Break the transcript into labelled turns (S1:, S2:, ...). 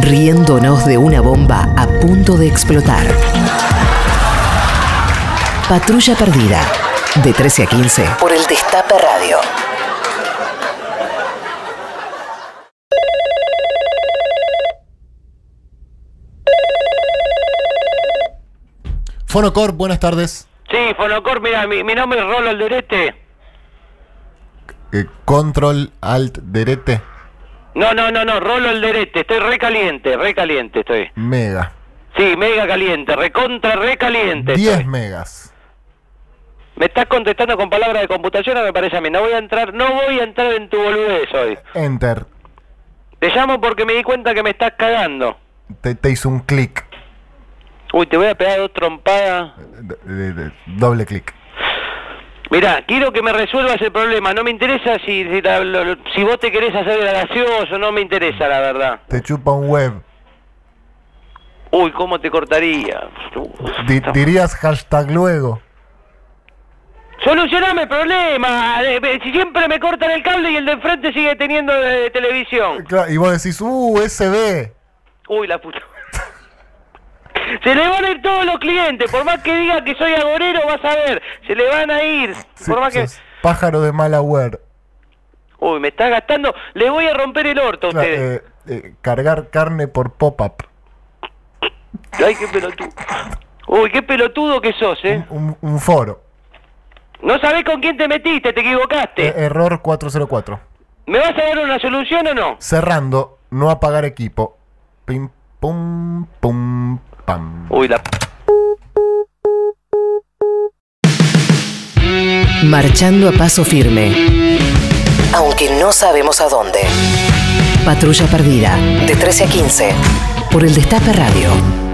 S1: riéndonos de una bomba a punto de explotar. Patrulla Perdida, de 13 a 15, por el Destape Radio.
S2: Fonocor, buenas tardes.
S3: Sí, Fonocor, mira, mi, mi nombre es Rolo Alderete.
S2: Eh, control, alt, derete,
S3: No, no, no, no, Rolo Alderete, estoy recaliente, recaliente estoy.
S2: mega.
S3: Sí, mega caliente, recontra recaliente.
S2: 10
S3: estoy.
S2: megas.
S3: Me estás contestando con palabras de computadora, me parece a mí. No voy a entrar, no voy a entrar en tu boludez hoy.
S2: Enter.
S3: Te llamo porque me di cuenta que me estás cagando.
S2: Te, te hizo un clic.
S3: Uy, te voy a pegar dos trompadas.
S2: De- de- de- Doble clic.
S3: Mirá, quiero que me resuelvas el problema. No me interesa si, si, la- lo- lo- si vos te querés hacer el gracioso, no me interesa, la verdad.
S2: Te chupa un web.
S3: Uy, cómo te cortaría.
S2: Di- dirías hashtag luego.
S3: Solucioname el problema. Eh, eh, Si siempre me cortan el cable y el de enfrente sigue teniendo eh, televisión.
S2: Claro, y vos decís, uh, SB.
S3: Uy, la puta. Se le van a ir todos los clientes. Por más que diga que soy agorero, vas a ver. Se le van a ir.
S2: Sí,
S3: Por más que...
S2: sos Pájaro de malware.
S3: Uy, me está gastando. Le voy a romper el orto a ustedes.
S2: Eh, eh, cargar carne por pop-up. eh.
S3: Ay, qué pelotudo. Uy, qué pelotudo que sos, ¿eh?
S2: Un, un foro.
S3: No sabés con quién te metiste, te equivocaste.
S2: Mm. Eh, error 404.
S3: ¿Me vas a dar una solución o no?
S2: Cerrando, no apagar equipo. Pim, pum, pum, pam.
S3: Uy, la...
S1: Marchando a paso firme. Aunque no sabemos a dónde. Patrulla Perdida, de 13 a 15, por el Destape Radio.